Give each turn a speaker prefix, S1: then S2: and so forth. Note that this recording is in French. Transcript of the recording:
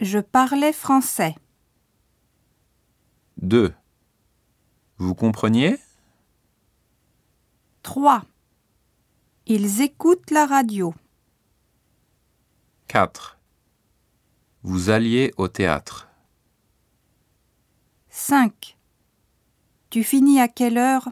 S1: Je parlais français.
S2: 2. Vous compreniez
S1: 3. Ils écoutent la radio.
S2: 4. Vous alliez au théâtre
S1: 5. Tu finis à quelle heure